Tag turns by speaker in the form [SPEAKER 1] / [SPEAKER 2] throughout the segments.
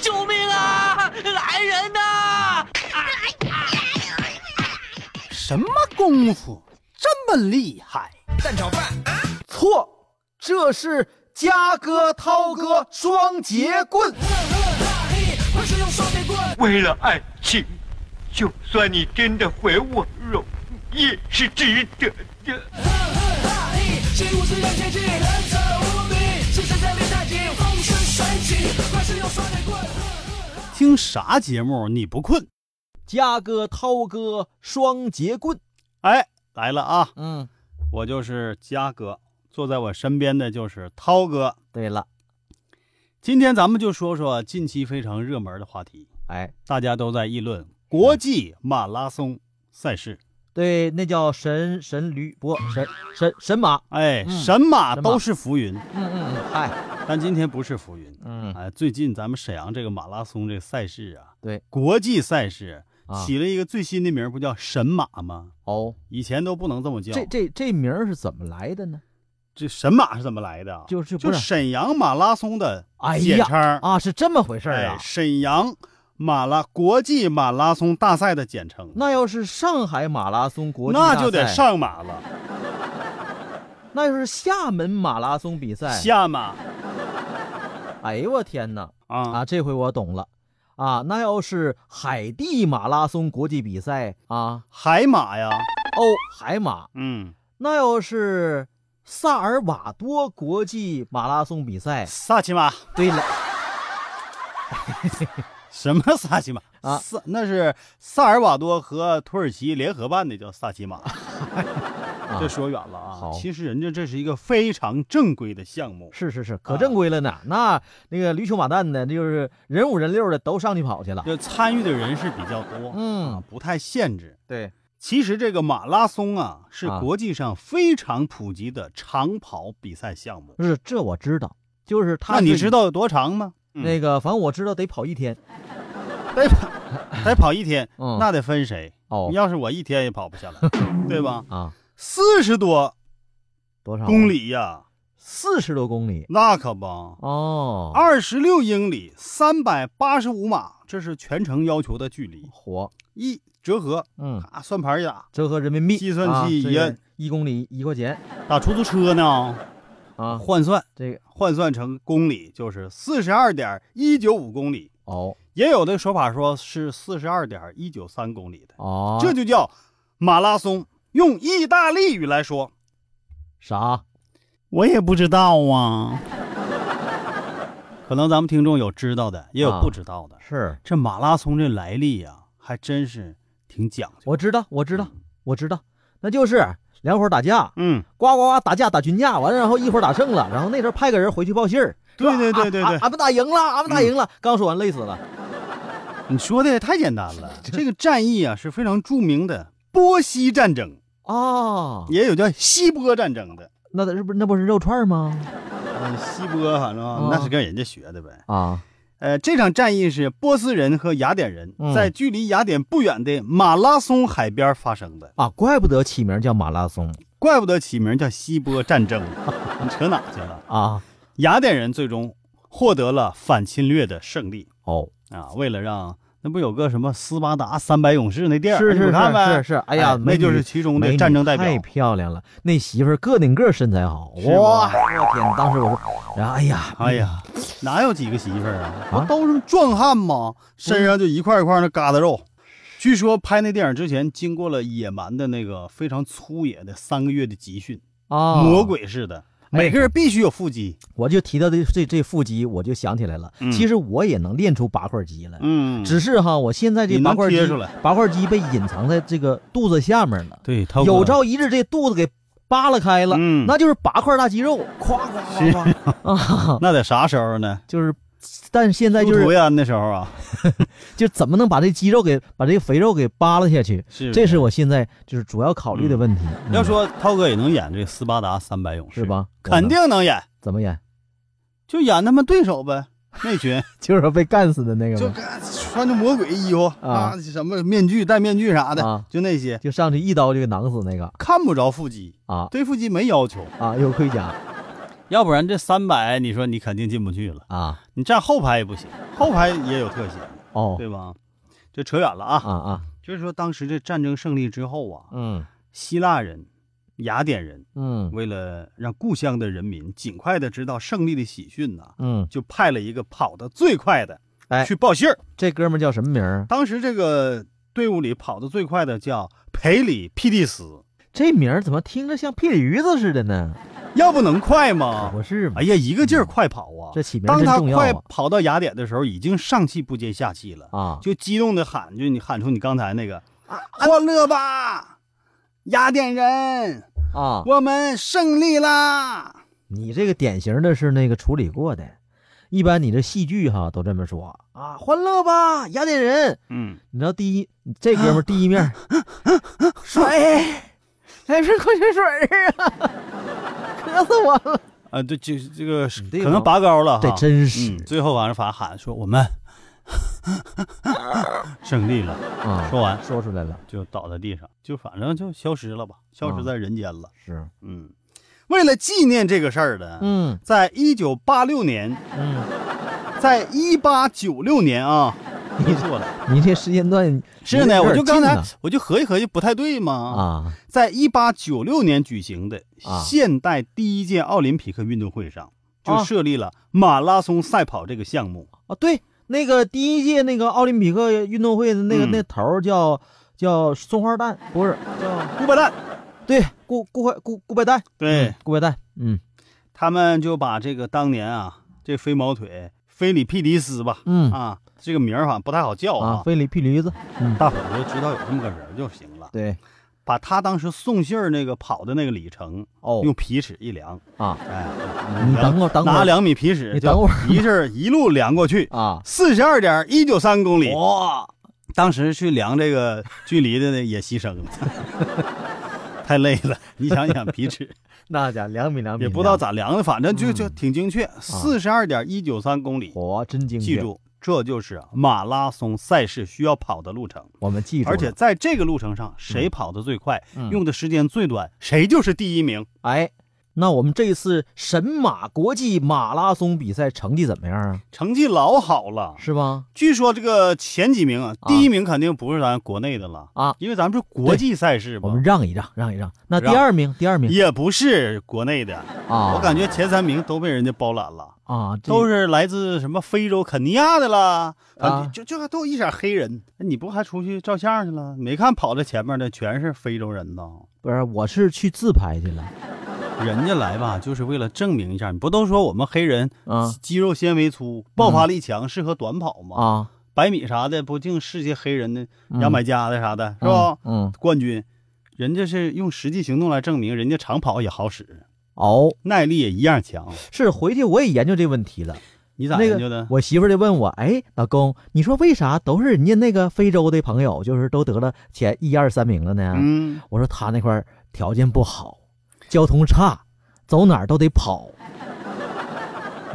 [SPEAKER 1] 救命啊！来人呐、
[SPEAKER 2] 什么功夫这么厉害？
[SPEAKER 3] 蛋炒饭，
[SPEAKER 2] 错，这是嘉哥、涛哥双节棍。
[SPEAKER 3] 我是用双截棍。
[SPEAKER 4] 为了爱情，就算你真的毁我容，也是值得的。
[SPEAKER 3] 大意，习武自然接近，忍者无敌，是身在练太极，风生水起，我是用双截棍。
[SPEAKER 2] 听啥节目你不困？
[SPEAKER 5] 嘉哥、涛哥双节棍。
[SPEAKER 2] 哎，来了啊！
[SPEAKER 5] 嗯，
[SPEAKER 2] 我就是嘉哥，坐在我身边的就是涛哥。
[SPEAKER 5] 对了，
[SPEAKER 2] 今天咱们就说说近期非常热门的话题，
[SPEAKER 5] 哎，
[SPEAKER 2] 大家都在议论国际马拉松赛事。
[SPEAKER 5] 对，那叫神神驴不神神神马。
[SPEAKER 2] 哎，
[SPEAKER 5] 嗯
[SPEAKER 2] 神马
[SPEAKER 5] 神马
[SPEAKER 2] 都是浮云，
[SPEAKER 5] 嗯嗯嗯，嗨，
[SPEAKER 2] 但今天不是浮云。
[SPEAKER 5] 嗯，
[SPEAKER 2] 哎，最近咱们沈阳这个马拉松这个赛事啊，
[SPEAKER 5] 对，
[SPEAKER 2] 国际赛事
[SPEAKER 5] 啊
[SPEAKER 2] 起了一个最新的名儿，不叫神马吗？
[SPEAKER 5] 哦，
[SPEAKER 2] 以前都不能这么叫。
[SPEAKER 5] 这这这名儿是怎么来的呢？
[SPEAKER 2] 这神马是怎么来的啊？
[SPEAKER 5] 就是不
[SPEAKER 2] 就是沈阳马拉松的
[SPEAKER 5] 哎
[SPEAKER 2] 简
[SPEAKER 5] 呀
[SPEAKER 2] 称儿。
[SPEAKER 5] 啊，是这么回事儿
[SPEAKER 2] 哎
[SPEAKER 5] 啊，？
[SPEAKER 2] 沈阳马拉国际马拉松大赛的简称，
[SPEAKER 5] 那要是上海马拉松国际大赛，
[SPEAKER 2] 那就得，上马了，
[SPEAKER 5] 那要是厦门马拉松比赛，
[SPEAKER 2] 下马
[SPEAKER 5] 哎呦我天哪！
[SPEAKER 2] 啊！
[SPEAKER 5] 啊，这回我懂了，啊，那要是海地马拉松国际比赛啊，
[SPEAKER 2] 海马呀，
[SPEAKER 5] 哦，海马，
[SPEAKER 2] 嗯，
[SPEAKER 5] 那要是萨尔瓦多国际马拉松比赛，
[SPEAKER 2] 萨其马
[SPEAKER 5] 对了，
[SPEAKER 2] 什么萨其马
[SPEAKER 5] 啊
[SPEAKER 2] 萨那是萨尔瓦多和土耳其联合办的，叫萨其马。
[SPEAKER 5] 啊
[SPEAKER 2] 这说远了啊
[SPEAKER 5] 好，
[SPEAKER 2] 其实人家这是一个非常正规的项目，
[SPEAKER 5] 是是是，
[SPEAKER 2] 啊
[SPEAKER 5] 可正规了呢。那那个驴球马蛋呢，就是人五人六的都上去跑去了。
[SPEAKER 2] 就参与的人是比较多，啊
[SPEAKER 5] 嗯，
[SPEAKER 2] 不太限制。
[SPEAKER 5] 对，
[SPEAKER 2] 其实这个马拉松啊，是
[SPEAKER 5] 啊
[SPEAKER 2] 国际上非常普及的长跑比赛项目。
[SPEAKER 5] 是这我知道，就是他
[SPEAKER 2] 那你
[SPEAKER 5] 是
[SPEAKER 2] 知道有多长吗？嗯
[SPEAKER 5] 那个，反正我知道得跑一天。
[SPEAKER 2] 得跑，得跑一天，
[SPEAKER 5] 嗯，
[SPEAKER 2] 那得分谁。
[SPEAKER 5] 哦
[SPEAKER 2] 你要是我一天也跑不下 来，对吧？
[SPEAKER 5] 啊，
[SPEAKER 2] 四十多
[SPEAKER 5] 多少啊
[SPEAKER 2] 公？里呀，
[SPEAKER 5] 四十多公里。
[SPEAKER 2] 那可不，
[SPEAKER 5] 哦，
[SPEAKER 2] 二十六英里，三百八十五码，这是全程要求的距离。
[SPEAKER 5] 火，
[SPEAKER 2] 一折合，
[SPEAKER 5] 嗯，
[SPEAKER 2] 啊，算盘一打，
[SPEAKER 5] 折合人民币
[SPEAKER 2] 计算器
[SPEAKER 5] 一
[SPEAKER 2] 一摁
[SPEAKER 5] 一公里一块钱
[SPEAKER 2] 打出租车呢，
[SPEAKER 5] 啊。
[SPEAKER 2] 换算
[SPEAKER 5] 这个
[SPEAKER 2] 换算成公里就是四十二点一九五公里，
[SPEAKER 5] 哦
[SPEAKER 2] 也有的说法说是四十二点一九三公里的，
[SPEAKER 5] 哦，
[SPEAKER 2] 这就叫马拉松。用意大利语来说，
[SPEAKER 5] 啥？
[SPEAKER 2] 我也不知道啊。 可能咱们听众有知道的，也有
[SPEAKER 5] 啊
[SPEAKER 2] 不知道的。
[SPEAKER 5] 是，
[SPEAKER 2] 这马拉松这来历呀、还真是挺讲究。
[SPEAKER 5] 我知道，我知道，我知道，那就是两伙打架，
[SPEAKER 2] 嗯，
[SPEAKER 5] 呱呱呱打架打群架，完了然后一会儿打 胜了，然后那时候派个人回去报信儿。
[SPEAKER 2] 对
[SPEAKER 5] 是吧
[SPEAKER 2] 对对对
[SPEAKER 5] 啊
[SPEAKER 2] 对嗯
[SPEAKER 5] 啊俺们打赢了，俺们打赢了。刚说完累死了。
[SPEAKER 2] 你说的也太简单了。这个战役啊是非常著名的波西战争，
[SPEAKER 5] 哦，
[SPEAKER 2] 也有叫西波战争的。
[SPEAKER 5] 那是不是那不是肉串吗？
[SPEAKER 2] 嗯，西波反正
[SPEAKER 5] 哦
[SPEAKER 2] 那是跟人家学的呗。
[SPEAKER 5] 啊，
[SPEAKER 2] 呃，这场战役是波斯人和雅典人
[SPEAKER 5] 嗯
[SPEAKER 2] 在距离雅典不远的马拉松海边发生的，
[SPEAKER 5] 啊，怪不得起名叫马拉松
[SPEAKER 2] 怪不得起名叫西波战争。 你扯哪去了？
[SPEAKER 5] 啊。
[SPEAKER 2] 雅典人最终获得了反侵略的胜利
[SPEAKER 5] 哦，
[SPEAKER 2] 啊！为了让那不有个什么斯巴达三百勇士那地儿，
[SPEAKER 5] 是
[SPEAKER 2] 你不
[SPEAKER 5] 是
[SPEAKER 2] 看
[SPEAKER 5] 是
[SPEAKER 2] 呗
[SPEAKER 5] 是是，哎呀，
[SPEAKER 2] 那
[SPEAKER 5] 美
[SPEAKER 2] 就是
[SPEAKER 5] 女
[SPEAKER 2] 其中
[SPEAKER 5] 美
[SPEAKER 2] 的
[SPEAKER 5] 女
[SPEAKER 2] 战争代
[SPEAKER 5] 太
[SPEAKER 2] 表。
[SPEAKER 5] 漂亮了，那媳妇儿个顶个身材好，
[SPEAKER 2] 是吗
[SPEAKER 5] 哇，我天，当时我说，然后哎呀，
[SPEAKER 2] 哎呀，哪有几个媳妇儿啊？
[SPEAKER 5] 啊
[SPEAKER 2] 不都是壮汉吗？身上就一块一块那疙瘩肉。据说拍那电影之前，经过了野蛮的那个非常粗野的三个月的集训，
[SPEAKER 5] 啊，
[SPEAKER 2] 魔鬼似的，
[SPEAKER 5] 哎
[SPEAKER 2] 每个人必须有腹肌。
[SPEAKER 5] 我就提到这这这腹肌，我就想起来了，
[SPEAKER 2] 嗯
[SPEAKER 5] 其实我也能练出八块肌来，
[SPEAKER 2] 嗯
[SPEAKER 5] 只是哈，我现在这
[SPEAKER 2] 你
[SPEAKER 5] 八
[SPEAKER 2] 能
[SPEAKER 5] 块肌
[SPEAKER 2] 贴出来
[SPEAKER 5] 八块肌被隐藏在这个肚子下面了，
[SPEAKER 2] 对，涛哥
[SPEAKER 5] 有朝一日这肚子给扒拉开了，
[SPEAKER 2] 嗯
[SPEAKER 5] 那就是八块大肌肉，夸夸夸夸啊，
[SPEAKER 2] 那得啥时候 呢？
[SPEAKER 5] 就是，但是现在就
[SPEAKER 2] 杜图
[SPEAKER 5] 是
[SPEAKER 2] 呀，那时候啊，
[SPEAKER 5] 就怎么能把这肌肉给把这个肥肉给扒拉下去？
[SPEAKER 2] 是
[SPEAKER 5] 这是我现在就是主要考虑的问题。嗯
[SPEAKER 2] 要说涛哥也能演这斯巴达三百勇士
[SPEAKER 5] 是？吧？
[SPEAKER 2] 肯定能演，
[SPEAKER 5] 怎么演？
[SPEAKER 2] 就演他们对手 呗。那群
[SPEAKER 5] 就是说被干死的那个
[SPEAKER 2] 就
[SPEAKER 5] 吗？
[SPEAKER 2] 干穿着魔鬼衣服
[SPEAKER 5] 啊
[SPEAKER 2] 啊，什么面具戴面具啥的
[SPEAKER 5] 啊，
[SPEAKER 2] 就那些
[SPEAKER 5] 就上去一刀就给囊死那个
[SPEAKER 2] 看不着腹肌，
[SPEAKER 5] 啊
[SPEAKER 2] 对腹肌没要求。
[SPEAKER 5] 啊！有盔甲
[SPEAKER 2] 要不然这三百，你说你肯定进不去了。
[SPEAKER 5] 啊，
[SPEAKER 2] 你站后排也不行，后排也有特写，
[SPEAKER 5] 哦，
[SPEAKER 2] 对吧？这扯远了啊。
[SPEAKER 5] 啊啊，
[SPEAKER 2] 就是说，当时这战争胜利之后啊，
[SPEAKER 5] 嗯
[SPEAKER 2] 希腊人、雅典人
[SPEAKER 5] 嗯
[SPEAKER 2] 为了让故乡的人民尽快的知道胜利的喜讯呐、
[SPEAKER 5] 嗯，
[SPEAKER 2] 就派了一个跑得最快的
[SPEAKER 5] 哎
[SPEAKER 2] 去报信儿。
[SPEAKER 5] 这哥们儿叫什么名儿？
[SPEAKER 2] 当时这个队伍里跑得最快的叫培里庇蒂斯，
[SPEAKER 5] 这名儿怎么听着像屁里驴子似的呢？
[SPEAKER 2] 要不能快吗？
[SPEAKER 5] 不是吗
[SPEAKER 2] 哎哎？呀，一个劲儿快跑啊！
[SPEAKER 5] 这起名
[SPEAKER 2] 当
[SPEAKER 5] 真
[SPEAKER 2] 他
[SPEAKER 5] 重要
[SPEAKER 2] 快
[SPEAKER 5] 啊！
[SPEAKER 2] 跑到雅典的时候，已经上气不接下气了，
[SPEAKER 5] 啊，
[SPEAKER 2] 就激动的喊，就你喊出你刚才那个“欢乐吧，雅典人，
[SPEAKER 5] 啊，
[SPEAKER 2] 我们胜利啦
[SPEAKER 5] 你这个典型的是那个处理过的，一般你这戏剧哈都这么说啊，欢乐吧，雅典人。！”
[SPEAKER 2] 嗯，
[SPEAKER 5] 你知道第一这哥们儿第 一面水，来瓶矿泉水儿啊，渴死我了。
[SPEAKER 2] 啊，对，这这个是
[SPEAKER 5] 你这个
[SPEAKER 2] 可能拔高了哈，
[SPEAKER 5] 这真是
[SPEAKER 2] 嗯，最后完了，反正喊说我们 胜利了，
[SPEAKER 5] 啊，
[SPEAKER 2] 嗯说完
[SPEAKER 5] 说出来了，
[SPEAKER 2] 就倒在地上，就反正就消失了吧，
[SPEAKER 5] 啊
[SPEAKER 2] 消失在人间了。
[SPEAKER 5] 是，
[SPEAKER 2] 嗯，为了纪念这个事儿呢，
[SPEAKER 5] 嗯
[SPEAKER 2] 在一九八六年，
[SPEAKER 5] 嗯，
[SPEAKER 2] 在一八九六年啊，记错了，
[SPEAKER 5] 你这时间段
[SPEAKER 2] 是呢，
[SPEAKER 5] 有点
[SPEAKER 2] 我就刚才
[SPEAKER 5] 近
[SPEAKER 2] 我就合计合计不太对
[SPEAKER 5] 呐
[SPEAKER 2] 嘛。
[SPEAKER 5] 啊，
[SPEAKER 2] 在一八九六年举行的
[SPEAKER 5] 啊
[SPEAKER 2] 现代第一届奥林匹克运动会上，
[SPEAKER 5] 啊
[SPEAKER 2] 就设立了马拉松赛跑这个项目。
[SPEAKER 5] 啊，对，那个第一届那个奥林匹克运动会的那个、
[SPEAKER 2] 嗯
[SPEAKER 5] 那头儿叫叫松花蛋，不是叫
[SPEAKER 2] 顾拜旦，
[SPEAKER 5] 对顾顾怀顾顾拜旦，
[SPEAKER 2] 对
[SPEAKER 5] 顾拜旦，嗯
[SPEAKER 2] 他们就把这个当年啊，这飞毛腿菲里庇迪斯吧，
[SPEAKER 5] 嗯
[SPEAKER 2] 啊，这个名儿好像不太好叫
[SPEAKER 5] 啊，
[SPEAKER 2] 啊，
[SPEAKER 5] 菲里皮驴子，嗯，
[SPEAKER 2] 大伙儿就知道有这么个人就行了。
[SPEAKER 5] 对
[SPEAKER 2] 把他当时送信儿那个跑的那个里程，
[SPEAKER 5] 哦
[SPEAKER 2] 用皮尺一量，
[SPEAKER 5] 啊，
[SPEAKER 2] 哎，
[SPEAKER 5] 你等会儿等会
[SPEAKER 2] 拿
[SPEAKER 5] 儿
[SPEAKER 2] 两米皮尺，
[SPEAKER 5] 你等会
[SPEAKER 2] 儿，一阵儿一路量过去，
[SPEAKER 5] 啊，哦
[SPEAKER 2] 四十二点一九三公里。
[SPEAKER 5] 哇，
[SPEAKER 2] 当时去量这个距离的呢也牺牲了，太累了。 你想想皮 尺，
[SPEAKER 5] 那家两米两米，
[SPEAKER 2] 也不知道咋量的，反正就
[SPEAKER 5] 嗯哦
[SPEAKER 2] 就挺精确，四十二点一九三公里。
[SPEAKER 5] 哇，真精确，
[SPEAKER 2] 记住，这就是马拉松赛事需要跑的路程，
[SPEAKER 5] 我们记住了，
[SPEAKER 2] 而且在这个路程上，谁跑得最快，
[SPEAKER 5] 嗯
[SPEAKER 2] 用的时间最短，谁就是第一名。
[SPEAKER 5] 哎。那我们这次神马国际马拉松比赛成绩怎么样啊？
[SPEAKER 2] 成绩老好了，
[SPEAKER 5] 是吧？
[SPEAKER 2] 据说这个前几名啊，
[SPEAKER 5] 嗯啊
[SPEAKER 2] 第一名肯定不是咱国内的了
[SPEAKER 5] 啊
[SPEAKER 2] 因为咱们是国际赛事
[SPEAKER 5] 我
[SPEAKER 2] 嘛
[SPEAKER 5] 们，让一让，让一让。那第
[SPEAKER 2] 让
[SPEAKER 5] 二名，第二名
[SPEAKER 2] 也不是国内的。
[SPEAKER 5] 啊，
[SPEAKER 2] 我感觉前三名都被人家包揽了，
[SPEAKER 5] 啊，这
[SPEAKER 2] 都是来自什么非洲、肯尼亚的啦，
[SPEAKER 5] 啊
[SPEAKER 2] 就就都一色黑人。你不还出去照相去了？没看跑在前面的全是非洲人呢。
[SPEAKER 5] 不是，我是去自拍去了
[SPEAKER 2] 人家来吧，就是为了证明一下。你不都说我们黑人
[SPEAKER 5] 啊嗯
[SPEAKER 2] 肌肉纤维粗，爆发力强，适合短跑吗？
[SPEAKER 5] 啊，
[SPEAKER 2] 百米啥的，不净是些黑人的
[SPEAKER 5] 嗯
[SPEAKER 2] 牙买加的啥的，是
[SPEAKER 5] 嗯
[SPEAKER 2] 吧？
[SPEAKER 5] 嗯，
[SPEAKER 2] 冠军，人家是用实际行动来证明，人家长跑也好使，
[SPEAKER 5] 哦，
[SPEAKER 2] 耐力也一样强。
[SPEAKER 5] 是回去我也研究这问题了。
[SPEAKER 2] 你咋
[SPEAKER 5] 那
[SPEAKER 2] 研究
[SPEAKER 5] 个
[SPEAKER 2] 的？
[SPEAKER 5] 我媳妇儿就问我，哎，老公，你说为啥都是人家那个非洲的朋友，就是都得了前一二三名了呢？
[SPEAKER 2] 嗯，
[SPEAKER 5] 我说他那块儿条件不好，交通差，走哪儿都得跑。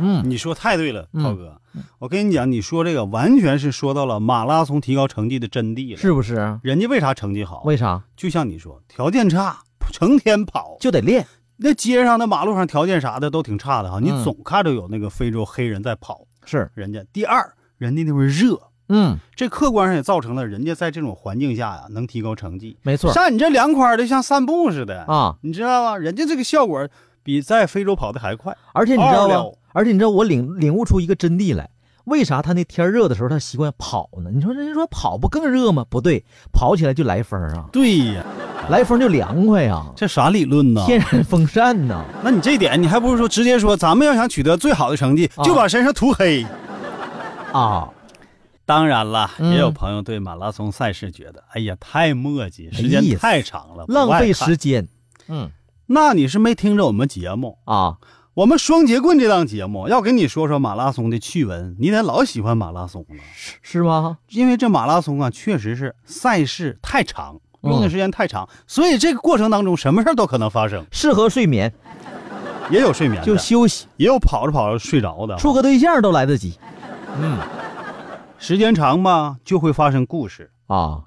[SPEAKER 5] 嗯，
[SPEAKER 2] 你说太对了，
[SPEAKER 5] 嗯
[SPEAKER 2] 涛哥。我跟你讲，你说这个完全是说到了马拉松提高成绩的真谛了。，
[SPEAKER 5] 是不是？
[SPEAKER 2] 人家为啥成绩好？
[SPEAKER 5] 为啥
[SPEAKER 2] 就像你说，条件差，成天跑。
[SPEAKER 5] 就得练？
[SPEAKER 2] 那街上的马路上条件啥的都挺差的哈，你
[SPEAKER 5] 嗯
[SPEAKER 2] 总看着有那个非洲黑人在跑，
[SPEAKER 5] 是，
[SPEAKER 2] 人家第二，人家那边热，
[SPEAKER 5] 嗯，
[SPEAKER 2] 这客观上也造成了人家在这种环境下呀、能提高成绩。
[SPEAKER 5] 没错
[SPEAKER 2] 像你这凉快的，像散步似的，
[SPEAKER 5] 啊。
[SPEAKER 2] 你知道吗？人家这个效果比在非洲跑的还快。
[SPEAKER 5] 而且你知道
[SPEAKER 2] 二
[SPEAKER 5] 吗
[SPEAKER 2] 两？
[SPEAKER 5] 而且你知道我领领悟出一个真谛来，为啥他那天热的时候他习惯跑呢？你说人家说跑不更热吗？不对，跑起来就来风啊，
[SPEAKER 2] 对哎呀，
[SPEAKER 5] 来风就凉快呀、
[SPEAKER 2] 这啥理论呢？
[SPEAKER 5] 天然风扇呐，
[SPEAKER 2] 那你这点，你还不如说直接说，咱们要想取得最好的成绩，
[SPEAKER 5] 啊
[SPEAKER 2] 就把身上涂黑。
[SPEAKER 5] 啊，
[SPEAKER 2] 当然了，
[SPEAKER 5] 嗯
[SPEAKER 2] 也有朋友对马拉松赛事觉得，哎呀，太墨迹，时
[SPEAKER 5] 没意
[SPEAKER 2] 间
[SPEAKER 5] 思
[SPEAKER 2] 太长了，不
[SPEAKER 5] 浪
[SPEAKER 2] 爱
[SPEAKER 5] 费
[SPEAKER 2] 看
[SPEAKER 5] 时间。嗯
[SPEAKER 2] 那你是没听着我们节目？
[SPEAKER 5] 啊，
[SPEAKER 2] 我们双节棍这档节目要跟你说说马拉松的趣闻，你得老喜欢马拉松了，
[SPEAKER 5] 是是吗？
[SPEAKER 2] 因为这马拉松啊，确实是赛事太长，用的时间太长，所以这个过程当中什么事儿都可能发生，
[SPEAKER 5] 适合睡眠
[SPEAKER 2] 也有睡眠的，
[SPEAKER 5] 就休息，
[SPEAKER 2] 也有跑着跑着睡着的，
[SPEAKER 5] 处个对象都来得及。嗯
[SPEAKER 2] 时间长吧就会发生故事，
[SPEAKER 5] 啊，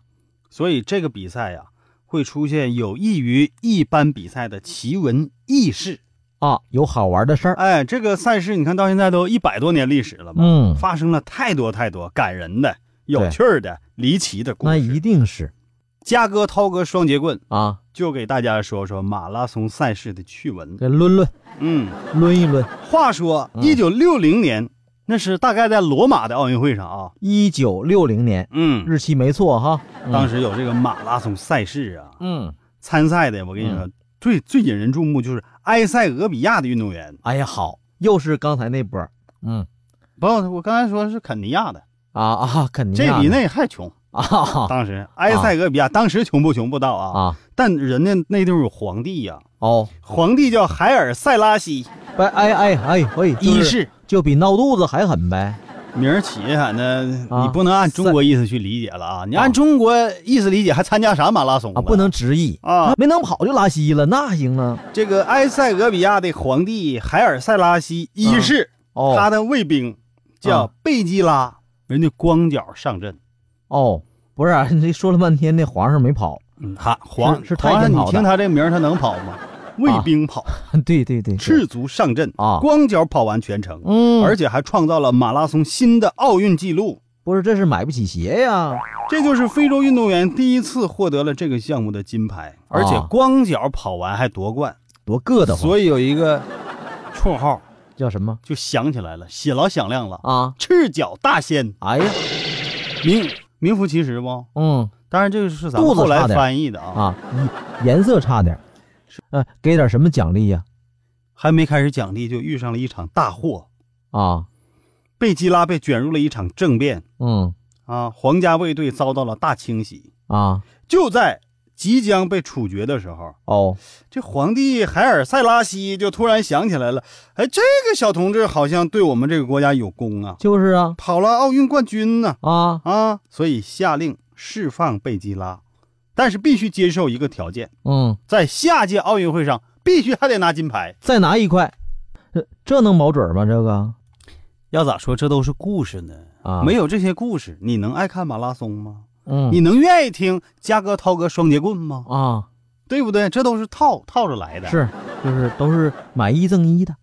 [SPEAKER 2] 所以这个比赛呀、会出现有益于一般比赛的奇闻异事。
[SPEAKER 5] 啊、啊，有好玩的事儿。
[SPEAKER 2] 哎，这个赛事你看到现在都一百多年历史了嘛，
[SPEAKER 5] 嗯，
[SPEAKER 2] 发生了太多太多感人的、有趣儿的、离奇的故
[SPEAKER 5] 那一
[SPEAKER 2] 事。
[SPEAKER 5] 定是
[SPEAKER 2] 嘉哥、涛哥双截棍
[SPEAKER 5] 啊，
[SPEAKER 2] 就给大家说说马拉松赛事的趣闻。
[SPEAKER 5] 给抡抡
[SPEAKER 2] 嗯，
[SPEAKER 5] 抡一抡。
[SPEAKER 2] 话说
[SPEAKER 5] 嗯
[SPEAKER 2] 一九六零年，那是大概在罗马的奥运会上啊，
[SPEAKER 5] 一九六零年，
[SPEAKER 2] 嗯，
[SPEAKER 5] 日期没错哈。嗯
[SPEAKER 2] 当，时有这个马拉松赛事啊，
[SPEAKER 5] 嗯，
[SPEAKER 2] 参赛的我跟你说，最最引人注目就是埃塞俄比亚的运动员，
[SPEAKER 5] 哎呀，好，又是刚才那波儿，嗯
[SPEAKER 2] 不，我刚才说是肯尼亚的，
[SPEAKER 5] 啊啊，肯尼
[SPEAKER 2] 这
[SPEAKER 5] 亚
[SPEAKER 2] 比
[SPEAKER 5] 的
[SPEAKER 2] 那还穷。
[SPEAKER 5] 啊
[SPEAKER 2] 当时埃塞俄比亚当时穷不穷不到啊，
[SPEAKER 5] 啊
[SPEAKER 2] 但人家那地方有皇帝啊呀、
[SPEAKER 5] 哦，
[SPEAKER 2] 皇帝叫海尔塞拉西
[SPEAKER 5] 不哎哎哎喂，
[SPEAKER 2] 一
[SPEAKER 5] 就是
[SPEAKER 2] 世，
[SPEAKER 5] 就比闹肚子还狠呗。
[SPEAKER 2] 名儿起反正
[SPEAKER 5] 啊
[SPEAKER 2] 你不能按中国意思去理解了啊，你按中国意思理解还参加啥马拉松
[SPEAKER 5] 啊，不能直译
[SPEAKER 2] 啊
[SPEAKER 5] 没能跑就拉稀了，那行啊。
[SPEAKER 2] 这个埃塞俄比亚的皇帝海尔塞拉西一世，
[SPEAKER 5] 哦，
[SPEAKER 2] 他的卫兵叫
[SPEAKER 5] 啊
[SPEAKER 2] 贝基拉，人家光脚上阵。
[SPEAKER 5] 哦，不是、啊， 你这说了半天，那皇上没跑。
[SPEAKER 2] 嗯，他皇
[SPEAKER 5] 是是太
[SPEAKER 2] 皇上，
[SPEAKER 5] 监
[SPEAKER 2] 你
[SPEAKER 5] 跑的啊
[SPEAKER 2] 听他这名儿，他能跑吗？卫兵跑，
[SPEAKER 5] 对对对，
[SPEAKER 2] 赤足上阵
[SPEAKER 5] 啊
[SPEAKER 2] 光脚跑完全程，
[SPEAKER 5] 嗯，
[SPEAKER 2] 而且还创造了马拉松新的奥运纪录。
[SPEAKER 5] 不是这是买不起鞋呀。
[SPEAKER 2] 这就是非洲运动员第一次获得了这个项目的金牌，
[SPEAKER 5] 啊
[SPEAKER 2] 而且光脚跑完还夺冠，
[SPEAKER 5] 多硌得慌，
[SPEAKER 2] 所以有一个绰号
[SPEAKER 5] 叫什么
[SPEAKER 2] 就想起来了，写老响亮了，
[SPEAKER 5] 啊？
[SPEAKER 2] 赤脚大仙，
[SPEAKER 5] 哎呀，
[SPEAKER 2] 名名副其实不？
[SPEAKER 5] 嗯
[SPEAKER 2] 当然，这个是咱们
[SPEAKER 5] 肚子
[SPEAKER 2] 后来
[SPEAKER 5] 差点
[SPEAKER 2] 翻译的啊，
[SPEAKER 5] 啊，一颜色差点儿，呃，给点什么奖励呀？
[SPEAKER 2] 还没开始奖励就遇上了一场大祸，
[SPEAKER 5] 啊，
[SPEAKER 2] 贝基拉被卷入了一场政变
[SPEAKER 5] 嗯
[SPEAKER 2] 啊，皇家卫队遭到了大清洗。
[SPEAKER 5] 啊，
[SPEAKER 2] 就在即将被处决的时候，
[SPEAKER 5] 哦，
[SPEAKER 2] 这皇帝海尔塞拉西就突然想起来了，哎，这个小同志好像对我们这个国家有功啊，
[SPEAKER 5] 就是啊
[SPEAKER 2] 跑了奥运冠军呢
[SPEAKER 5] 啊，
[SPEAKER 2] 啊所以下令释放贝基拉，但是必须接受一个条件，
[SPEAKER 5] 嗯，
[SPEAKER 2] 在下届奥运会上必须还得拿金牌。
[SPEAKER 5] 再拿一块，这这能保准吗？这个
[SPEAKER 2] 要咋说，这都是故事呢。
[SPEAKER 5] 啊，
[SPEAKER 2] 没，有这些故事，你能爱看马拉松吗？
[SPEAKER 5] 嗯，
[SPEAKER 2] 你能愿意听嘉哥、涛哥双截棍吗？
[SPEAKER 5] 啊，
[SPEAKER 2] 对不对？这都是套套着来的。。
[SPEAKER 5] 是，就是都是买一赠一的，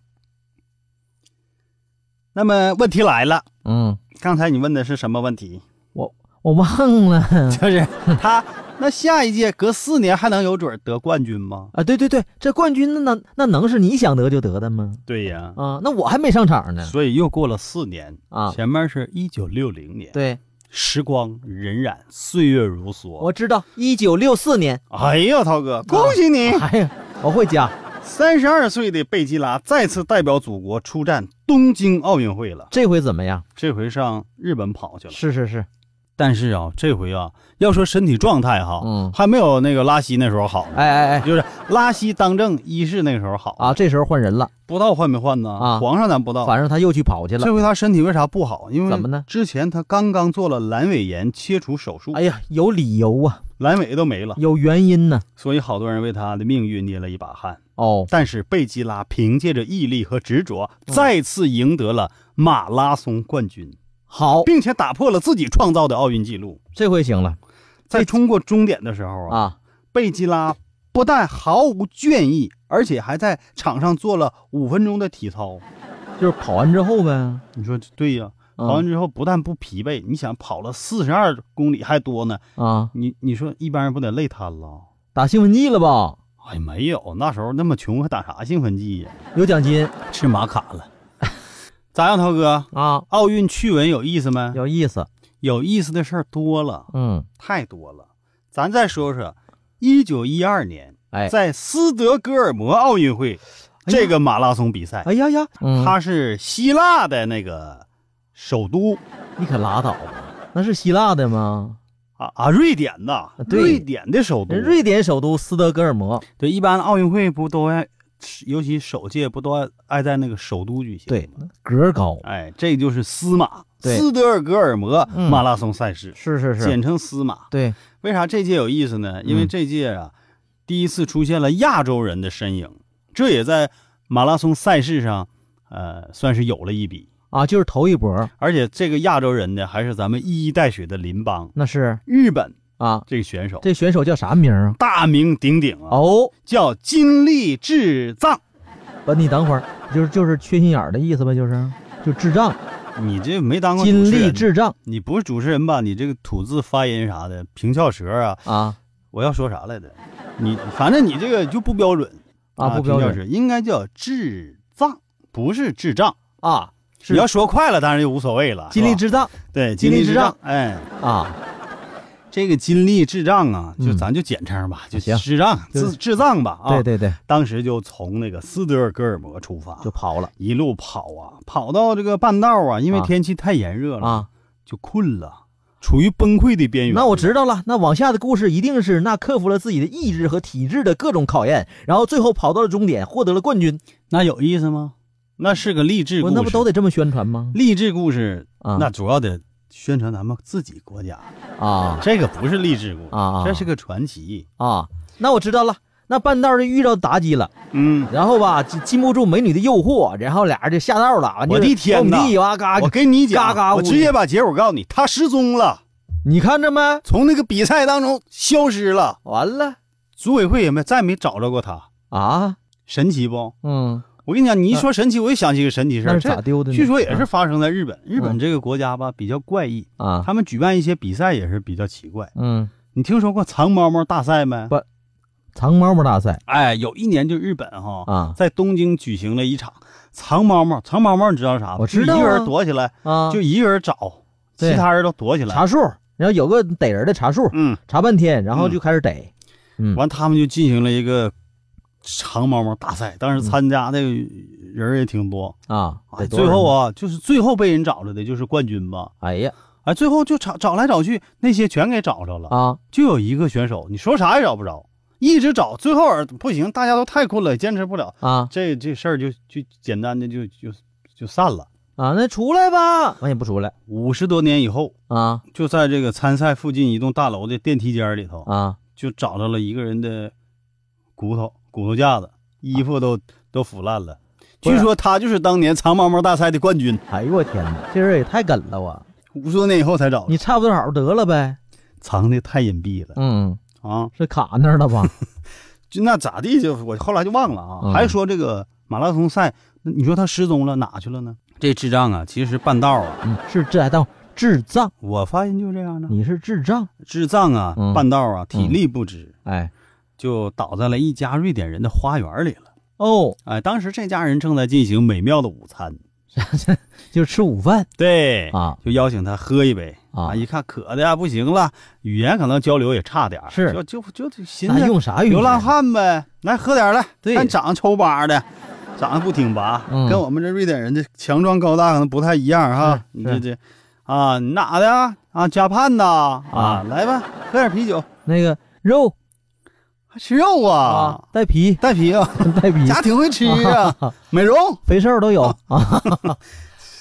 [SPEAKER 2] 那么问题来了，
[SPEAKER 5] 嗯，
[SPEAKER 2] 刚才你问的是什么问题？
[SPEAKER 5] 我忘了
[SPEAKER 2] 就是他那下一届隔四年还能有准儿得冠军吗？
[SPEAKER 5] 啊，对对对，这冠军那那那能是你想得就得的吗？
[SPEAKER 2] 对呀、
[SPEAKER 5] 啊，那我还没上场呢，
[SPEAKER 2] 所以又过了四年
[SPEAKER 5] 嗯啊
[SPEAKER 2] 前面是一九六零年，，
[SPEAKER 5] 对，
[SPEAKER 2] 时光荏苒，岁月如梭。
[SPEAKER 5] 我知道，一九六四年，
[SPEAKER 2] 哎呀，涛哥，恭喜你！
[SPEAKER 5] 哎呀，我会加，
[SPEAKER 2] 三十二岁的贝基拉再次代表祖国出战东京奥运会了，
[SPEAKER 5] 这回怎么样？
[SPEAKER 2] 这回上日本跑去了。
[SPEAKER 5] 是是是，
[SPEAKER 2] 但是啊，这回啊，要说身体状态哈，
[SPEAKER 5] 嗯
[SPEAKER 2] 还没有那个拉稀那时候好呢。
[SPEAKER 5] 哎哎哎，
[SPEAKER 2] 就是拉稀当政，一是那时候好，
[SPEAKER 5] 啊，这时候换人了，
[SPEAKER 2] 不知道换没换呢？
[SPEAKER 5] 啊
[SPEAKER 2] 皇上咱不知道。
[SPEAKER 5] 反正他又去跑去了
[SPEAKER 2] 这。回他身体为啥不好？因为
[SPEAKER 5] 怎么呢
[SPEAKER 2] 之前他刚刚做了阑尾炎切除手术，
[SPEAKER 5] 哎呀，有理由啊，
[SPEAKER 2] 阑尾都没了，
[SPEAKER 5] 有原因呢、
[SPEAKER 2] 所以好多人为他的命运捏了一把汗。
[SPEAKER 5] 哦，
[SPEAKER 2] 但是贝基拉凭借着毅力和执着，
[SPEAKER 5] 嗯
[SPEAKER 2] 再次赢得了马拉松冠军，
[SPEAKER 5] 好，
[SPEAKER 2] 并且打破了自己创造的奥运纪录。
[SPEAKER 5] 这回行了
[SPEAKER 2] 在冲过终点的时候啊，
[SPEAKER 5] 啊，
[SPEAKER 2] 贝基拉不但毫无倦意，而且还在场上做了五分钟的体操。
[SPEAKER 5] 就是跑完之后呗。
[SPEAKER 2] 你说对呀、
[SPEAKER 5] 嗯
[SPEAKER 2] 跑完之后不但不疲惫，你想跑了四十二公里还多呢，
[SPEAKER 5] 啊，
[SPEAKER 2] 你你说一般人不得累瘫了？
[SPEAKER 5] 打兴奋剂了吧？
[SPEAKER 2] 哎，没有，那时候那么穷，还打啥兴奋剂呀？
[SPEAKER 5] 有奖金
[SPEAKER 2] 吃玛卡了。 咋样，涛哥？
[SPEAKER 5] 啊，
[SPEAKER 2] 奥运趣闻有意思没？
[SPEAKER 5] 有意思。
[SPEAKER 2] 有意思的事儿多了，
[SPEAKER 5] 嗯，
[SPEAKER 2] 太多了。咱再说说，一九一二年，
[SPEAKER 5] 哎
[SPEAKER 2] 在斯德哥尔摩奥运会、
[SPEAKER 5] 哎呀
[SPEAKER 2] 这个马拉松比赛，
[SPEAKER 5] 哎呀呀，嗯
[SPEAKER 2] 它是希腊的那个首都
[SPEAKER 5] 你可拉倒吧，那是希腊的吗？
[SPEAKER 2] 啊啊，瑞典呐，
[SPEAKER 5] 对
[SPEAKER 2] 瑞典的首都。
[SPEAKER 5] 人瑞典首都斯德哥尔摩。
[SPEAKER 2] 对，一般奥运会不都爱，尤其首届不都爱爱在那个首都举行？
[SPEAKER 5] 对，，格儿高。
[SPEAKER 2] 哎，这就是司马，
[SPEAKER 5] 对
[SPEAKER 2] 斯德尔格尔摩
[SPEAKER 5] 嗯
[SPEAKER 2] 马拉松赛事，
[SPEAKER 5] 是是是，
[SPEAKER 2] 简称司马。
[SPEAKER 5] 对，
[SPEAKER 2] 为啥这届有意思呢？因为
[SPEAKER 5] 嗯
[SPEAKER 2] 这届啊，第一次出现了亚洲人的身影，这也在马拉松赛事上，呃，算是有了一笔。
[SPEAKER 5] 啊，就是头一波，
[SPEAKER 2] 而且这个亚洲人呢，还是咱们一衣带水的邻邦
[SPEAKER 5] 那是
[SPEAKER 2] 日本
[SPEAKER 5] 啊，
[SPEAKER 2] 这个选手，
[SPEAKER 5] 这选手叫啥名儿啊？
[SPEAKER 2] 大名鼎鼎啊，
[SPEAKER 5] 哦，
[SPEAKER 2] 叫金立志藏。
[SPEAKER 5] 不，你等会儿，就是就是缺心眼儿的意思呗，就是就智障，
[SPEAKER 2] 你这没当过
[SPEAKER 5] 金
[SPEAKER 2] 主持
[SPEAKER 5] 力
[SPEAKER 2] 人
[SPEAKER 5] 智障
[SPEAKER 2] 你不是主持人吧？你这个吐字发音啥的，平翘舌啊，
[SPEAKER 5] 啊
[SPEAKER 2] 我要说啥来着？你反正你这个就不标准
[SPEAKER 5] 啊，不标
[SPEAKER 2] 平翘
[SPEAKER 5] 准
[SPEAKER 2] 舌应该叫智障，不是智障。
[SPEAKER 5] 啊，是
[SPEAKER 2] 你要说快了，当然就无所谓了。
[SPEAKER 5] 金力
[SPEAKER 2] 是吧
[SPEAKER 5] 智障
[SPEAKER 2] 对
[SPEAKER 5] 金
[SPEAKER 2] 金
[SPEAKER 5] 力
[SPEAKER 2] 力
[SPEAKER 5] 智
[SPEAKER 2] 智
[SPEAKER 5] 障
[SPEAKER 2] 障，哎，
[SPEAKER 5] 啊，
[SPEAKER 2] 这个金力智障啊，就
[SPEAKER 5] 嗯
[SPEAKER 2] 咱就简称吧，就
[SPEAKER 5] 行
[SPEAKER 2] 智障
[SPEAKER 5] 就
[SPEAKER 2] 智智障吧啊。
[SPEAKER 5] 对对对，
[SPEAKER 2] 当时就从那个斯德哥尔摩出发，
[SPEAKER 5] 就跑了
[SPEAKER 2] 一路跑啊，跑到这个半道啊，因为
[SPEAKER 5] 啊
[SPEAKER 2] 天气太炎热了，
[SPEAKER 5] 啊。
[SPEAKER 2] 就困了，处于崩溃的边缘。
[SPEAKER 5] 那我知道了，那往下的故事一定是那克服了自己的意志和体质的各种考验，然后最后跑到了终点，获得了冠军。
[SPEAKER 2] 那有意思吗？那是个励志故
[SPEAKER 5] 我
[SPEAKER 2] 事，
[SPEAKER 5] 那不都得这么宣传吗？
[SPEAKER 2] 励志故事？
[SPEAKER 5] 啊
[SPEAKER 2] 那主要得宣传咱们自己国家，
[SPEAKER 5] 啊
[SPEAKER 2] 这个不是励志故事，
[SPEAKER 5] 啊
[SPEAKER 2] 这是个传奇。
[SPEAKER 5] 啊！那我知道了，那半道就遇到妲己了，
[SPEAKER 2] 嗯，
[SPEAKER 5] 然后吧禁禁不住美女的诱惑，然后俩人就下道了。完
[SPEAKER 2] 我
[SPEAKER 5] 就
[SPEAKER 2] 的天
[SPEAKER 5] 蹦
[SPEAKER 2] 哪
[SPEAKER 5] 地哇嘎
[SPEAKER 2] 我，跟你讲，
[SPEAKER 5] 嘎嘎
[SPEAKER 2] 我
[SPEAKER 5] 呜
[SPEAKER 2] 直接把结果告诉你，他失踪了，
[SPEAKER 5] 你看着没？
[SPEAKER 2] 从那个比赛当中消失了，
[SPEAKER 5] 完了
[SPEAKER 2] 组委会也没再没找着过他，
[SPEAKER 5] 啊，
[SPEAKER 2] 神奇不？
[SPEAKER 5] 嗯，
[SPEAKER 2] 我跟你讲，你一说神奇，我就想起个神奇事
[SPEAKER 5] 那
[SPEAKER 2] 儿，
[SPEAKER 5] 是咋
[SPEAKER 2] 这
[SPEAKER 5] 丢的呢？
[SPEAKER 2] 据说也是发生在日本。日
[SPEAKER 5] 嗯
[SPEAKER 2] 本这个国家吧，比较怪异，
[SPEAKER 5] 啊，
[SPEAKER 2] 他们举办一些比赛也是比较奇怪。
[SPEAKER 5] 嗯，
[SPEAKER 2] 你听说过藏猫猫大赛没？
[SPEAKER 5] 藏猫猫大赛
[SPEAKER 2] 哎，有一年就日本哈，
[SPEAKER 5] 啊
[SPEAKER 2] 在东京举行了一场藏猫猫。藏猫猫你知道啥吗？
[SPEAKER 5] 我知道啊
[SPEAKER 2] 就一个人躲起来，
[SPEAKER 5] 啊，
[SPEAKER 2] 就一个人找，
[SPEAKER 5] 对
[SPEAKER 2] 其他人都躲起来。
[SPEAKER 5] 查数，然后有个逮人的查数，
[SPEAKER 2] 嗯，
[SPEAKER 5] 查半天，然后就开始逮。嗯，
[SPEAKER 2] 完他们就进行了一个藏猫猫大赛，当时参加的人也挺多。
[SPEAKER 5] 啊，
[SPEAKER 2] 哎
[SPEAKER 5] 嗯得多
[SPEAKER 2] 最
[SPEAKER 5] 少
[SPEAKER 2] 后
[SPEAKER 5] 人，
[SPEAKER 2] 啊，就是最后被人找着的就是冠军吧？
[SPEAKER 5] 哎呀
[SPEAKER 2] 哎，最后就找找来找去，那些全给找着了，
[SPEAKER 5] 啊，
[SPEAKER 2] 就有一个选手，你说啥也找不着，一直找，最后儿不行，大家都太困了，坚持不了，
[SPEAKER 5] 啊
[SPEAKER 2] 这这事儿就就简单的就就就散了。
[SPEAKER 5] 啊，那出来吧，完也不出来
[SPEAKER 2] 五十多年以后，
[SPEAKER 5] 啊
[SPEAKER 2] 就在这个参赛附近一栋大楼的电梯间里头，
[SPEAKER 5] 啊
[SPEAKER 2] 就找到了一个人的骨头、骨头架子，衣服都、都腐烂了。
[SPEAKER 5] 不是
[SPEAKER 2] 据说他就是当年藏猫猫大赛的冠军，
[SPEAKER 5] 哎呦我天哪，这人也太梗了我，
[SPEAKER 2] 五十多年以后才找着，
[SPEAKER 5] 你差不多好得了呗，
[SPEAKER 2] 藏的太隐蔽了
[SPEAKER 5] 嗯，
[SPEAKER 2] 啊！
[SPEAKER 5] 是卡那儿了吧？
[SPEAKER 2] 就那咋地就我后来就忘了啊。
[SPEAKER 5] 嗯
[SPEAKER 2] 还说这个马拉松赛，那你说他失踪了哪去了呢？这智障啊，其实半道啊，
[SPEAKER 5] 嗯，是智障，智障，
[SPEAKER 2] 我发现就是这样的，
[SPEAKER 5] 你是智障，
[SPEAKER 2] 智障啊，
[SPEAKER 5] 嗯
[SPEAKER 2] 半道啊，体力不支。
[SPEAKER 5] 哎
[SPEAKER 2] 就倒在了一家瑞典人的花园里了。
[SPEAKER 5] 哦，
[SPEAKER 2] 哎，当时这家人正在进行美妙的午餐，
[SPEAKER 5] 就吃午饭
[SPEAKER 2] 对，
[SPEAKER 5] 啊
[SPEAKER 2] 就邀请他喝一杯
[SPEAKER 5] 啊
[SPEAKER 2] 一看渴哎的呀不行了，语言可能交流也差点儿，
[SPEAKER 5] 是
[SPEAKER 2] 就就就就寻
[SPEAKER 5] 那
[SPEAKER 2] 思
[SPEAKER 5] 用啥语言
[SPEAKER 2] 流浪汉呗，来喝点儿来，
[SPEAKER 5] 对
[SPEAKER 2] 看长得丑巴 的。长得不挺拔，
[SPEAKER 5] 嗯
[SPEAKER 2] 跟我们这瑞典人的强壮高大可能不太一样哈。
[SPEAKER 5] 是
[SPEAKER 2] 你
[SPEAKER 5] 是
[SPEAKER 2] 这这，啊，你哪的啊？啊，加盼呐
[SPEAKER 5] 啊
[SPEAKER 2] 啊，来吧，喝点啤酒，
[SPEAKER 5] 那个肉
[SPEAKER 2] 还吃肉啊？
[SPEAKER 5] 带皮
[SPEAKER 2] 带皮啊，
[SPEAKER 5] 带皮，
[SPEAKER 2] 家挺会吃 啊，美容。
[SPEAKER 5] 肥瘦都有啊，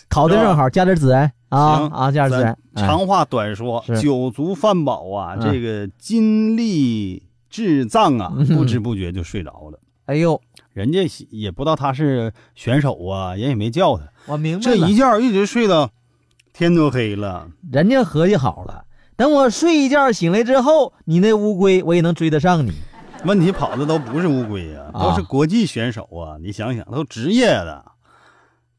[SPEAKER 5] 烤的正好，加点孜然啊
[SPEAKER 2] 行
[SPEAKER 5] 啊，加点孜然，哎
[SPEAKER 2] 长话短说，
[SPEAKER 5] 是
[SPEAKER 2] 酒足饭饱啊，
[SPEAKER 5] 嗯
[SPEAKER 2] 这个精力智障啊
[SPEAKER 5] 嗯，
[SPEAKER 2] 不知不觉就睡着了。
[SPEAKER 5] 哎呦，
[SPEAKER 2] 人家也不知道他是选手啊，人也没叫他，
[SPEAKER 5] 我明白
[SPEAKER 2] 这
[SPEAKER 5] 了
[SPEAKER 2] 一，觉一直睡到天都黑了。
[SPEAKER 5] 人家合计好了，等我睡一觉醒来之后，你那乌龟我也能追得上你。
[SPEAKER 2] 问题跑的都不是乌龟啊，
[SPEAKER 5] 啊
[SPEAKER 2] 都是国际选手啊！你想想，都职业的。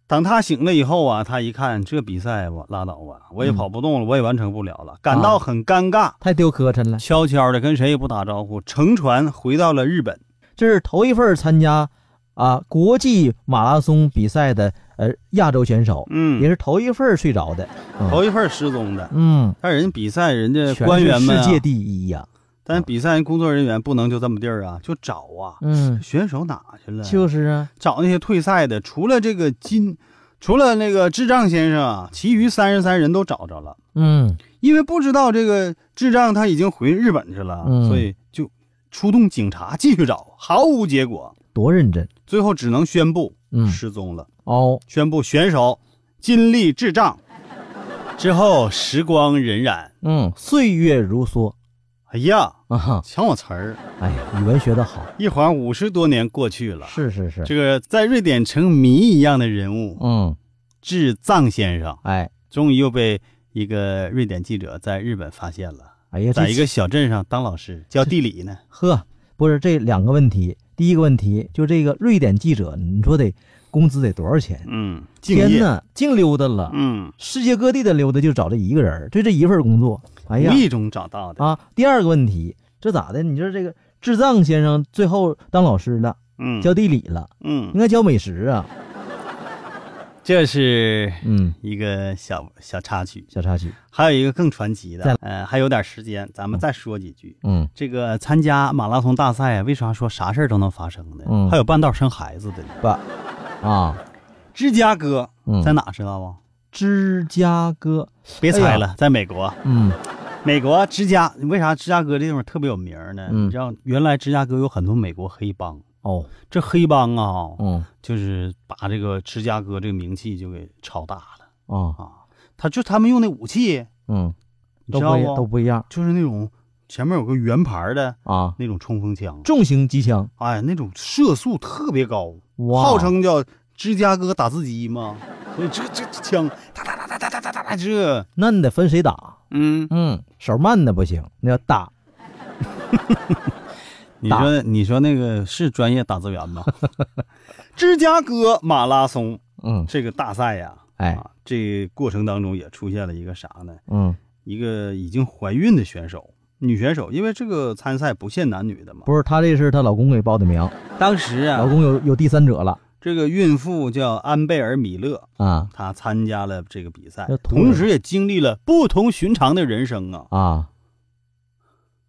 [SPEAKER 2] 等他醒了以后啊，他一看这比赛，我拉倒吧，我也
[SPEAKER 5] 嗯啊
[SPEAKER 2] 跑不动了，我也完成不了了，感到很尴尬，
[SPEAKER 5] 太丢磕碜了。
[SPEAKER 2] 悄悄的跟谁也不打招呼，乘船回到了日本。
[SPEAKER 5] 这是头一份参加啊国际马拉松比赛的呃亚洲选手，
[SPEAKER 2] 嗯，
[SPEAKER 5] 也是头一份睡着的。
[SPEAKER 2] 头一份失踪的，
[SPEAKER 5] 嗯，
[SPEAKER 2] 但人比赛人家
[SPEAKER 5] 全是
[SPEAKER 2] 官员们、啊，
[SPEAKER 5] 世界第一呀、
[SPEAKER 2] 但比赛人工作人员不能就这么地儿啊，就找啊，
[SPEAKER 5] 嗯，
[SPEAKER 2] 选手哪去了？
[SPEAKER 5] 就是啊，
[SPEAKER 2] 找那些退赛的，除了这个金，除了那个智障先生啊，其余三十三人都找着了，
[SPEAKER 5] 嗯
[SPEAKER 2] 因为不知道这个智障他已经回日本去了，
[SPEAKER 5] 嗯
[SPEAKER 2] 所以就出动警察继续找，毫无结果，
[SPEAKER 5] 多认真。
[SPEAKER 2] 最后只能宣布
[SPEAKER 5] 嗯，
[SPEAKER 2] 失踪了。
[SPEAKER 5] 哦，
[SPEAKER 2] 宣布选手金力智障。之后时光荏苒，
[SPEAKER 5] 嗯，岁月如梭
[SPEAKER 2] 哎呀，
[SPEAKER 5] 啊哈，
[SPEAKER 2] 抢我词儿！
[SPEAKER 5] 哎呀，语文学得好，啊
[SPEAKER 2] 一晃五十多年过去了，
[SPEAKER 5] 是是是，
[SPEAKER 2] 这个在瑞典成谜一样的人物
[SPEAKER 5] 嗯，
[SPEAKER 2] 智藏先生，
[SPEAKER 5] 哎
[SPEAKER 2] 终于又被一个瑞典记者在日本发现了，
[SPEAKER 5] 哎呀，这
[SPEAKER 2] 在一个小镇上当老师，教地理呢。
[SPEAKER 5] 呵，不是这两个问题。第一个问题就这个瑞典记者，你说得工资得多少钱？
[SPEAKER 2] 嗯，敬
[SPEAKER 5] 天
[SPEAKER 2] 业，
[SPEAKER 5] 呐，净溜达了，
[SPEAKER 2] 嗯，
[SPEAKER 5] 世界各地的溜达就找这一个人儿，就这一份工作。哎呀
[SPEAKER 2] 无，意中长大的，
[SPEAKER 5] 啊，第二个问题，这咋的？你说这个智障先生最后当老师了，
[SPEAKER 2] 嗯
[SPEAKER 5] 教地理了，应
[SPEAKER 2] 嗯，
[SPEAKER 5] 该教美食啊。
[SPEAKER 2] 这是
[SPEAKER 5] 嗯，
[SPEAKER 2] 一个小小插曲，
[SPEAKER 5] 小插曲。
[SPEAKER 2] 还有一个更传奇
[SPEAKER 5] 再
[SPEAKER 2] 的，呃，还有点时间，咱们再说几句。
[SPEAKER 5] 嗯
[SPEAKER 2] 这个参加马拉松大赛啊，为啥说啥事儿都能发生呢？
[SPEAKER 5] 嗯
[SPEAKER 2] 还有半道生孩子的呢。
[SPEAKER 5] 啊，
[SPEAKER 2] 芝加哥
[SPEAKER 5] 嗯，
[SPEAKER 2] 在哪知道吗？
[SPEAKER 5] 芝加哥，
[SPEAKER 2] 别猜
[SPEAKER 5] 哎
[SPEAKER 2] 了，在美国。
[SPEAKER 5] 嗯
[SPEAKER 2] 美国芝加，为啥芝加哥这地方特别有名儿呢？
[SPEAKER 5] 嗯
[SPEAKER 2] 你知道，原来芝加哥有很多美国黑帮，
[SPEAKER 5] 哦，
[SPEAKER 2] 这黑帮啊，
[SPEAKER 5] 嗯
[SPEAKER 2] 就是把这个芝加哥这个名气就给炒大了
[SPEAKER 5] 啊
[SPEAKER 2] 啊。他就他们用那武器，
[SPEAKER 5] 嗯，
[SPEAKER 2] 你
[SPEAKER 5] 都
[SPEAKER 2] 知
[SPEAKER 5] 不
[SPEAKER 2] 道
[SPEAKER 5] 一都
[SPEAKER 2] 不？
[SPEAKER 5] 不一样
[SPEAKER 2] 就是那种前面有个圆盘的
[SPEAKER 5] 啊。
[SPEAKER 2] 那种冲锋枪，
[SPEAKER 5] 重型机枪，
[SPEAKER 2] 哎，那种射速特别高，
[SPEAKER 5] 哇，
[SPEAKER 2] 号称叫芝加哥打字机 嘛。所以这这这枪，哒哒哒哒哒哒哒哒哒，这
[SPEAKER 5] 那你得分谁打。
[SPEAKER 2] 嗯，
[SPEAKER 5] 嗯，手慢的不行，那要打。
[SPEAKER 2] 你说你说那个是专业打字员 吗？芝加哥马拉松
[SPEAKER 5] 嗯，
[SPEAKER 2] 这个大赛呀、
[SPEAKER 5] 哎，
[SPEAKER 2] 啊，这过程当中也出现了一个啥呢？
[SPEAKER 5] 嗯，
[SPEAKER 2] 一个已经怀孕的选手，女选手，因为这个参赛不限男女的嘛。
[SPEAKER 5] 不是，她这是她老公给报的名，
[SPEAKER 2] 当时
[SPEAKER 5] 老
[SPEAKER 2] 啊，
[SPEAKER 5] 公有有第三者了
[SPEAKER 2] 这个孕妇叫安贝尔·米勒，
[SPEAKER 5] 啊
[SPEAKER 2] 她参加了这个比赛
[SPEAKER 5] 这，突然
[SPEAKER 2] 同时也经历了不同寻常的人生啊。
[SPEAKER 5] 啊，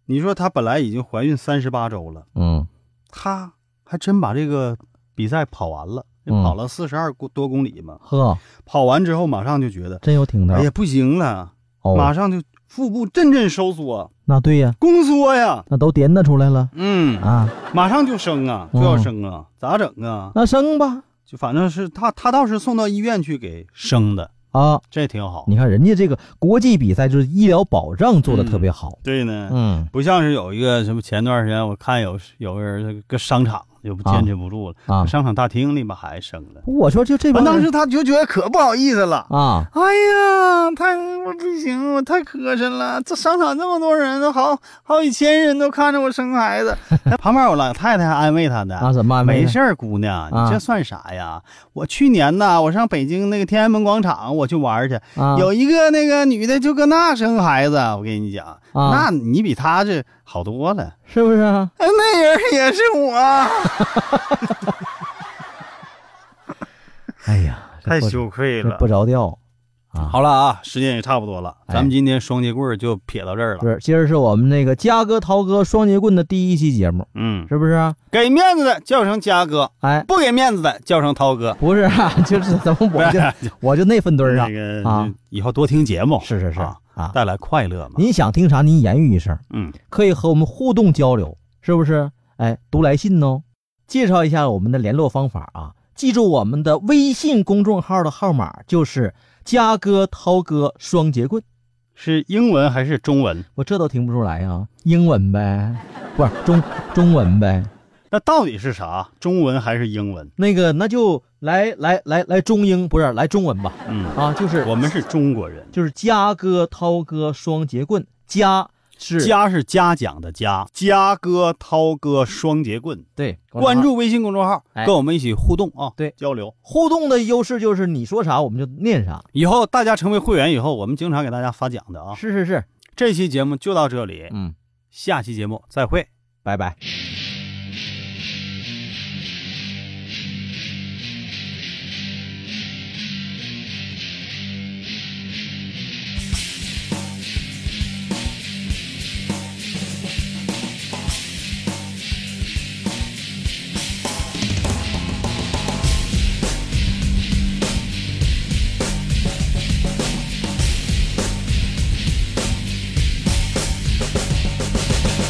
[SPEAKER 2] 你说她本来已经怀孕三十八周了，
[SPEAKER 5] 嗯
[SPEAKER 2] 她还真把这个比赛跑完了，
[SPEAKER 5] 嗯
[SPEAKER 2] 跑了四十二多公里嘛。
[SPEAKER 5] 呵，
[SPEAKER 2] 跑完之后马上就觉得，
[SPEAKER 5] 真有挺头
[SPEAKER 2] 哎。呀不行了，
[SPEAKER 5] 哦，
[SPEAKER 2] 马上就腹部阵阵收缩，
[SPEAKER 5] 那对呀，
[SPEAKER 2] 宫缩呀，
[SPEAKER 5] 那都点打出来了
[SPEAKER 2] 嗯，
[SPEAKER 5] 啊，
[SPEAKER 2] 马上就生啊，就
[SPEAKER 5] 嗯
[SPEAKER 2] 要生啊，咋整啊？
[SPEAKER 5] 那生吧
[SPEAKER 2] 就反正是他，他倒是送到医院去给生的，
[SPEAKER 5] 啊！
[SPEAKER 2] 这挺好。
[SPEAKER 5] 你看人家这个国际比赛就是医疗保障做的特别好，
[SPEAKER 2] 对呢，
[SPEAKER 5] 嗯
[SPEAKER 2] 不像是有一个什么，前段时间我看有有个人搁商场就坚持不住了，
[SPEAKER 5] 啊
[SPEAKER 2] 搁，商场大厅里把孩子生了，
[SPEAKER 5] 我说就这帮
[SPEAKER 2] 完当
[SPEAKER 5] 人
[SPEAKER 2] 时他就觉得可不好意思了。
[SPEAKER 5] 啊，
[SPEAKER 2] 哎呀，太我不行，我太磕碜了。这商场这么多人，都好好几千人都看着我生孩子。 旁边有老太太还安慰他呢，
[SPEAKER 5] 啊怎么安慰
[SPEAKER 2] 没
[SPEAKER 5] 呢
[SPEAKER 2] 事儿，姑娘，
[SPEAKER 5] 啊
[SPEAKER 2] 你这算啥呀？我去年呐，我上北京那个天安门广场我去玩儿去，
[SPEAKER 5] 啊，
[SPEAKER 2] 有一个那个女的就搁那生孩子，我跟你讲，
[SPEAKER 5] 啊
[SPEAKER 2] 那你比她这好多 了。
[SPEAKER 5] 是不是啊？
[SPEAKER 2] 哎那人也是我，
[SPEAKER 5] 哎呀，这不
[SPEAKER 2] 愧
[SPEAKER 5] 这不着调啊！，
[SPEAKER 2] 好了啊，时间也差不多了，
[SPEAKER 5] 哎
[SPEAKER 2] 咱们今天双节棍儿就撇到这儿了。
[SPEAKER 5] 是今儿是我们那个嘉哥涛哥双节棍的第一期节目，
[SPEAKER 2] 嗯，
[SPEAKER 5] 是不是啊？
[SPEAKER 2] 给面子的叫声佳哥，
[SPEAKER 5] 哎，
[SPEAKER 2] 不给面子的叫声涛哥。
[SPEAKER 5] 不是啊， 就是咱们我就我就那份堆儿上
[SPEAKER 2] 那，个
[SPEAKER 5] 啊
[SPEAKER 2] 以后多听节目，
[SPEAKER 5] 是是是
[SPEAKER 2] 哎啊
[SPEAKER 5] 啊，
[SPEAKER 2] 带来快乐嘛。
[SPEAKER 5] 您想听啥，您言语一声。
[SPEAKER 2] 嗯，
[SPEAKER 5] 可以和我们互动交流，是不是？哎，读来信哦。介绍一下我们的联络方法啊，记住我们的微信公众号的号码就是“嘉哥涛哥双节棍
[SPEAKER 2] 是英文还是中文？”，
[SPEAKER 5] 我这都听不出来啊，英文呗，不是中中文呗。
[SPEAKER 2] 那到底是啥？中文还是英文？
[SPEAKER 5] 那个那就来来来来中英不是来中文吧
[SPEAKER 2] 嗯，
[SPEAKER 5] 啊，就是
[SPEAKER 2] 我们是中国人。
[SPEAKER 5] 就是嘉哥涛哥双节棍，嘉是
[SPEAKER 2] 嘉是嘉奖的嘉，嘉哥、涛哥、双节棍，
[SPEAKER 5] 对
[SPEAKER 2] 关注微信公众号，
[SPEAKER 5] 哎
[SPEAKER 2] 跟我们一起互动啊，
[SPEAKER 5] 对
[SPEAKER 2] 交流。
[SPEAKER 5] 互动的优势就是你说啥我们就念啥，
[SPEAKER 2] 以后大家成为会员以后，我们经常给大家发奖的啊。
[SPEAKER 5] 是是是，
[SPEAKER 2] 这期节目就到这里，
[SPEAKER 5] 嗯，
[SPEAKER 2] 下期节目再会。
[SPEAKER 5] 拜拜。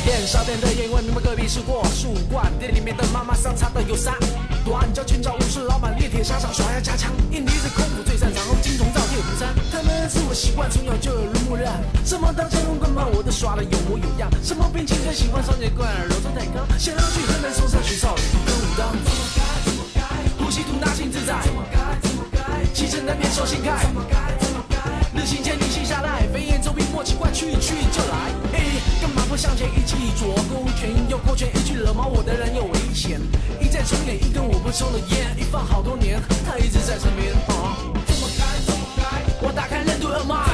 [SPEAKER 3] 便烧店的烟味，你们隔壁是过树冠，店里面的妈妈桑擦的有三短，交群找武士，老板烈铁沙场耍下家枪，印尼人空腹最擅长，金铜造铁无三，他们是我习惯，从小就耳濡目染，什么刀枪棍棍棒我都耍的有模有样，什么兵器最喜欢双截棍，柔中带刚，想要去河南嵩山学少林跟武当，怎么改怎么改，呼吸吐纳心自在，怎么改怎么改，骑乘南边手心开，怎么改怎么改，日行千里心下来，飞檐走壁莫奇怪，去去就来，哎，干嘛不向前一起左勾拳右勾拳，一去惹毛我的人有危险。从脸一根我不抽的烟，哦一放好多年，它一直在身边。啊，这么该，这么该，我打开任督二脉。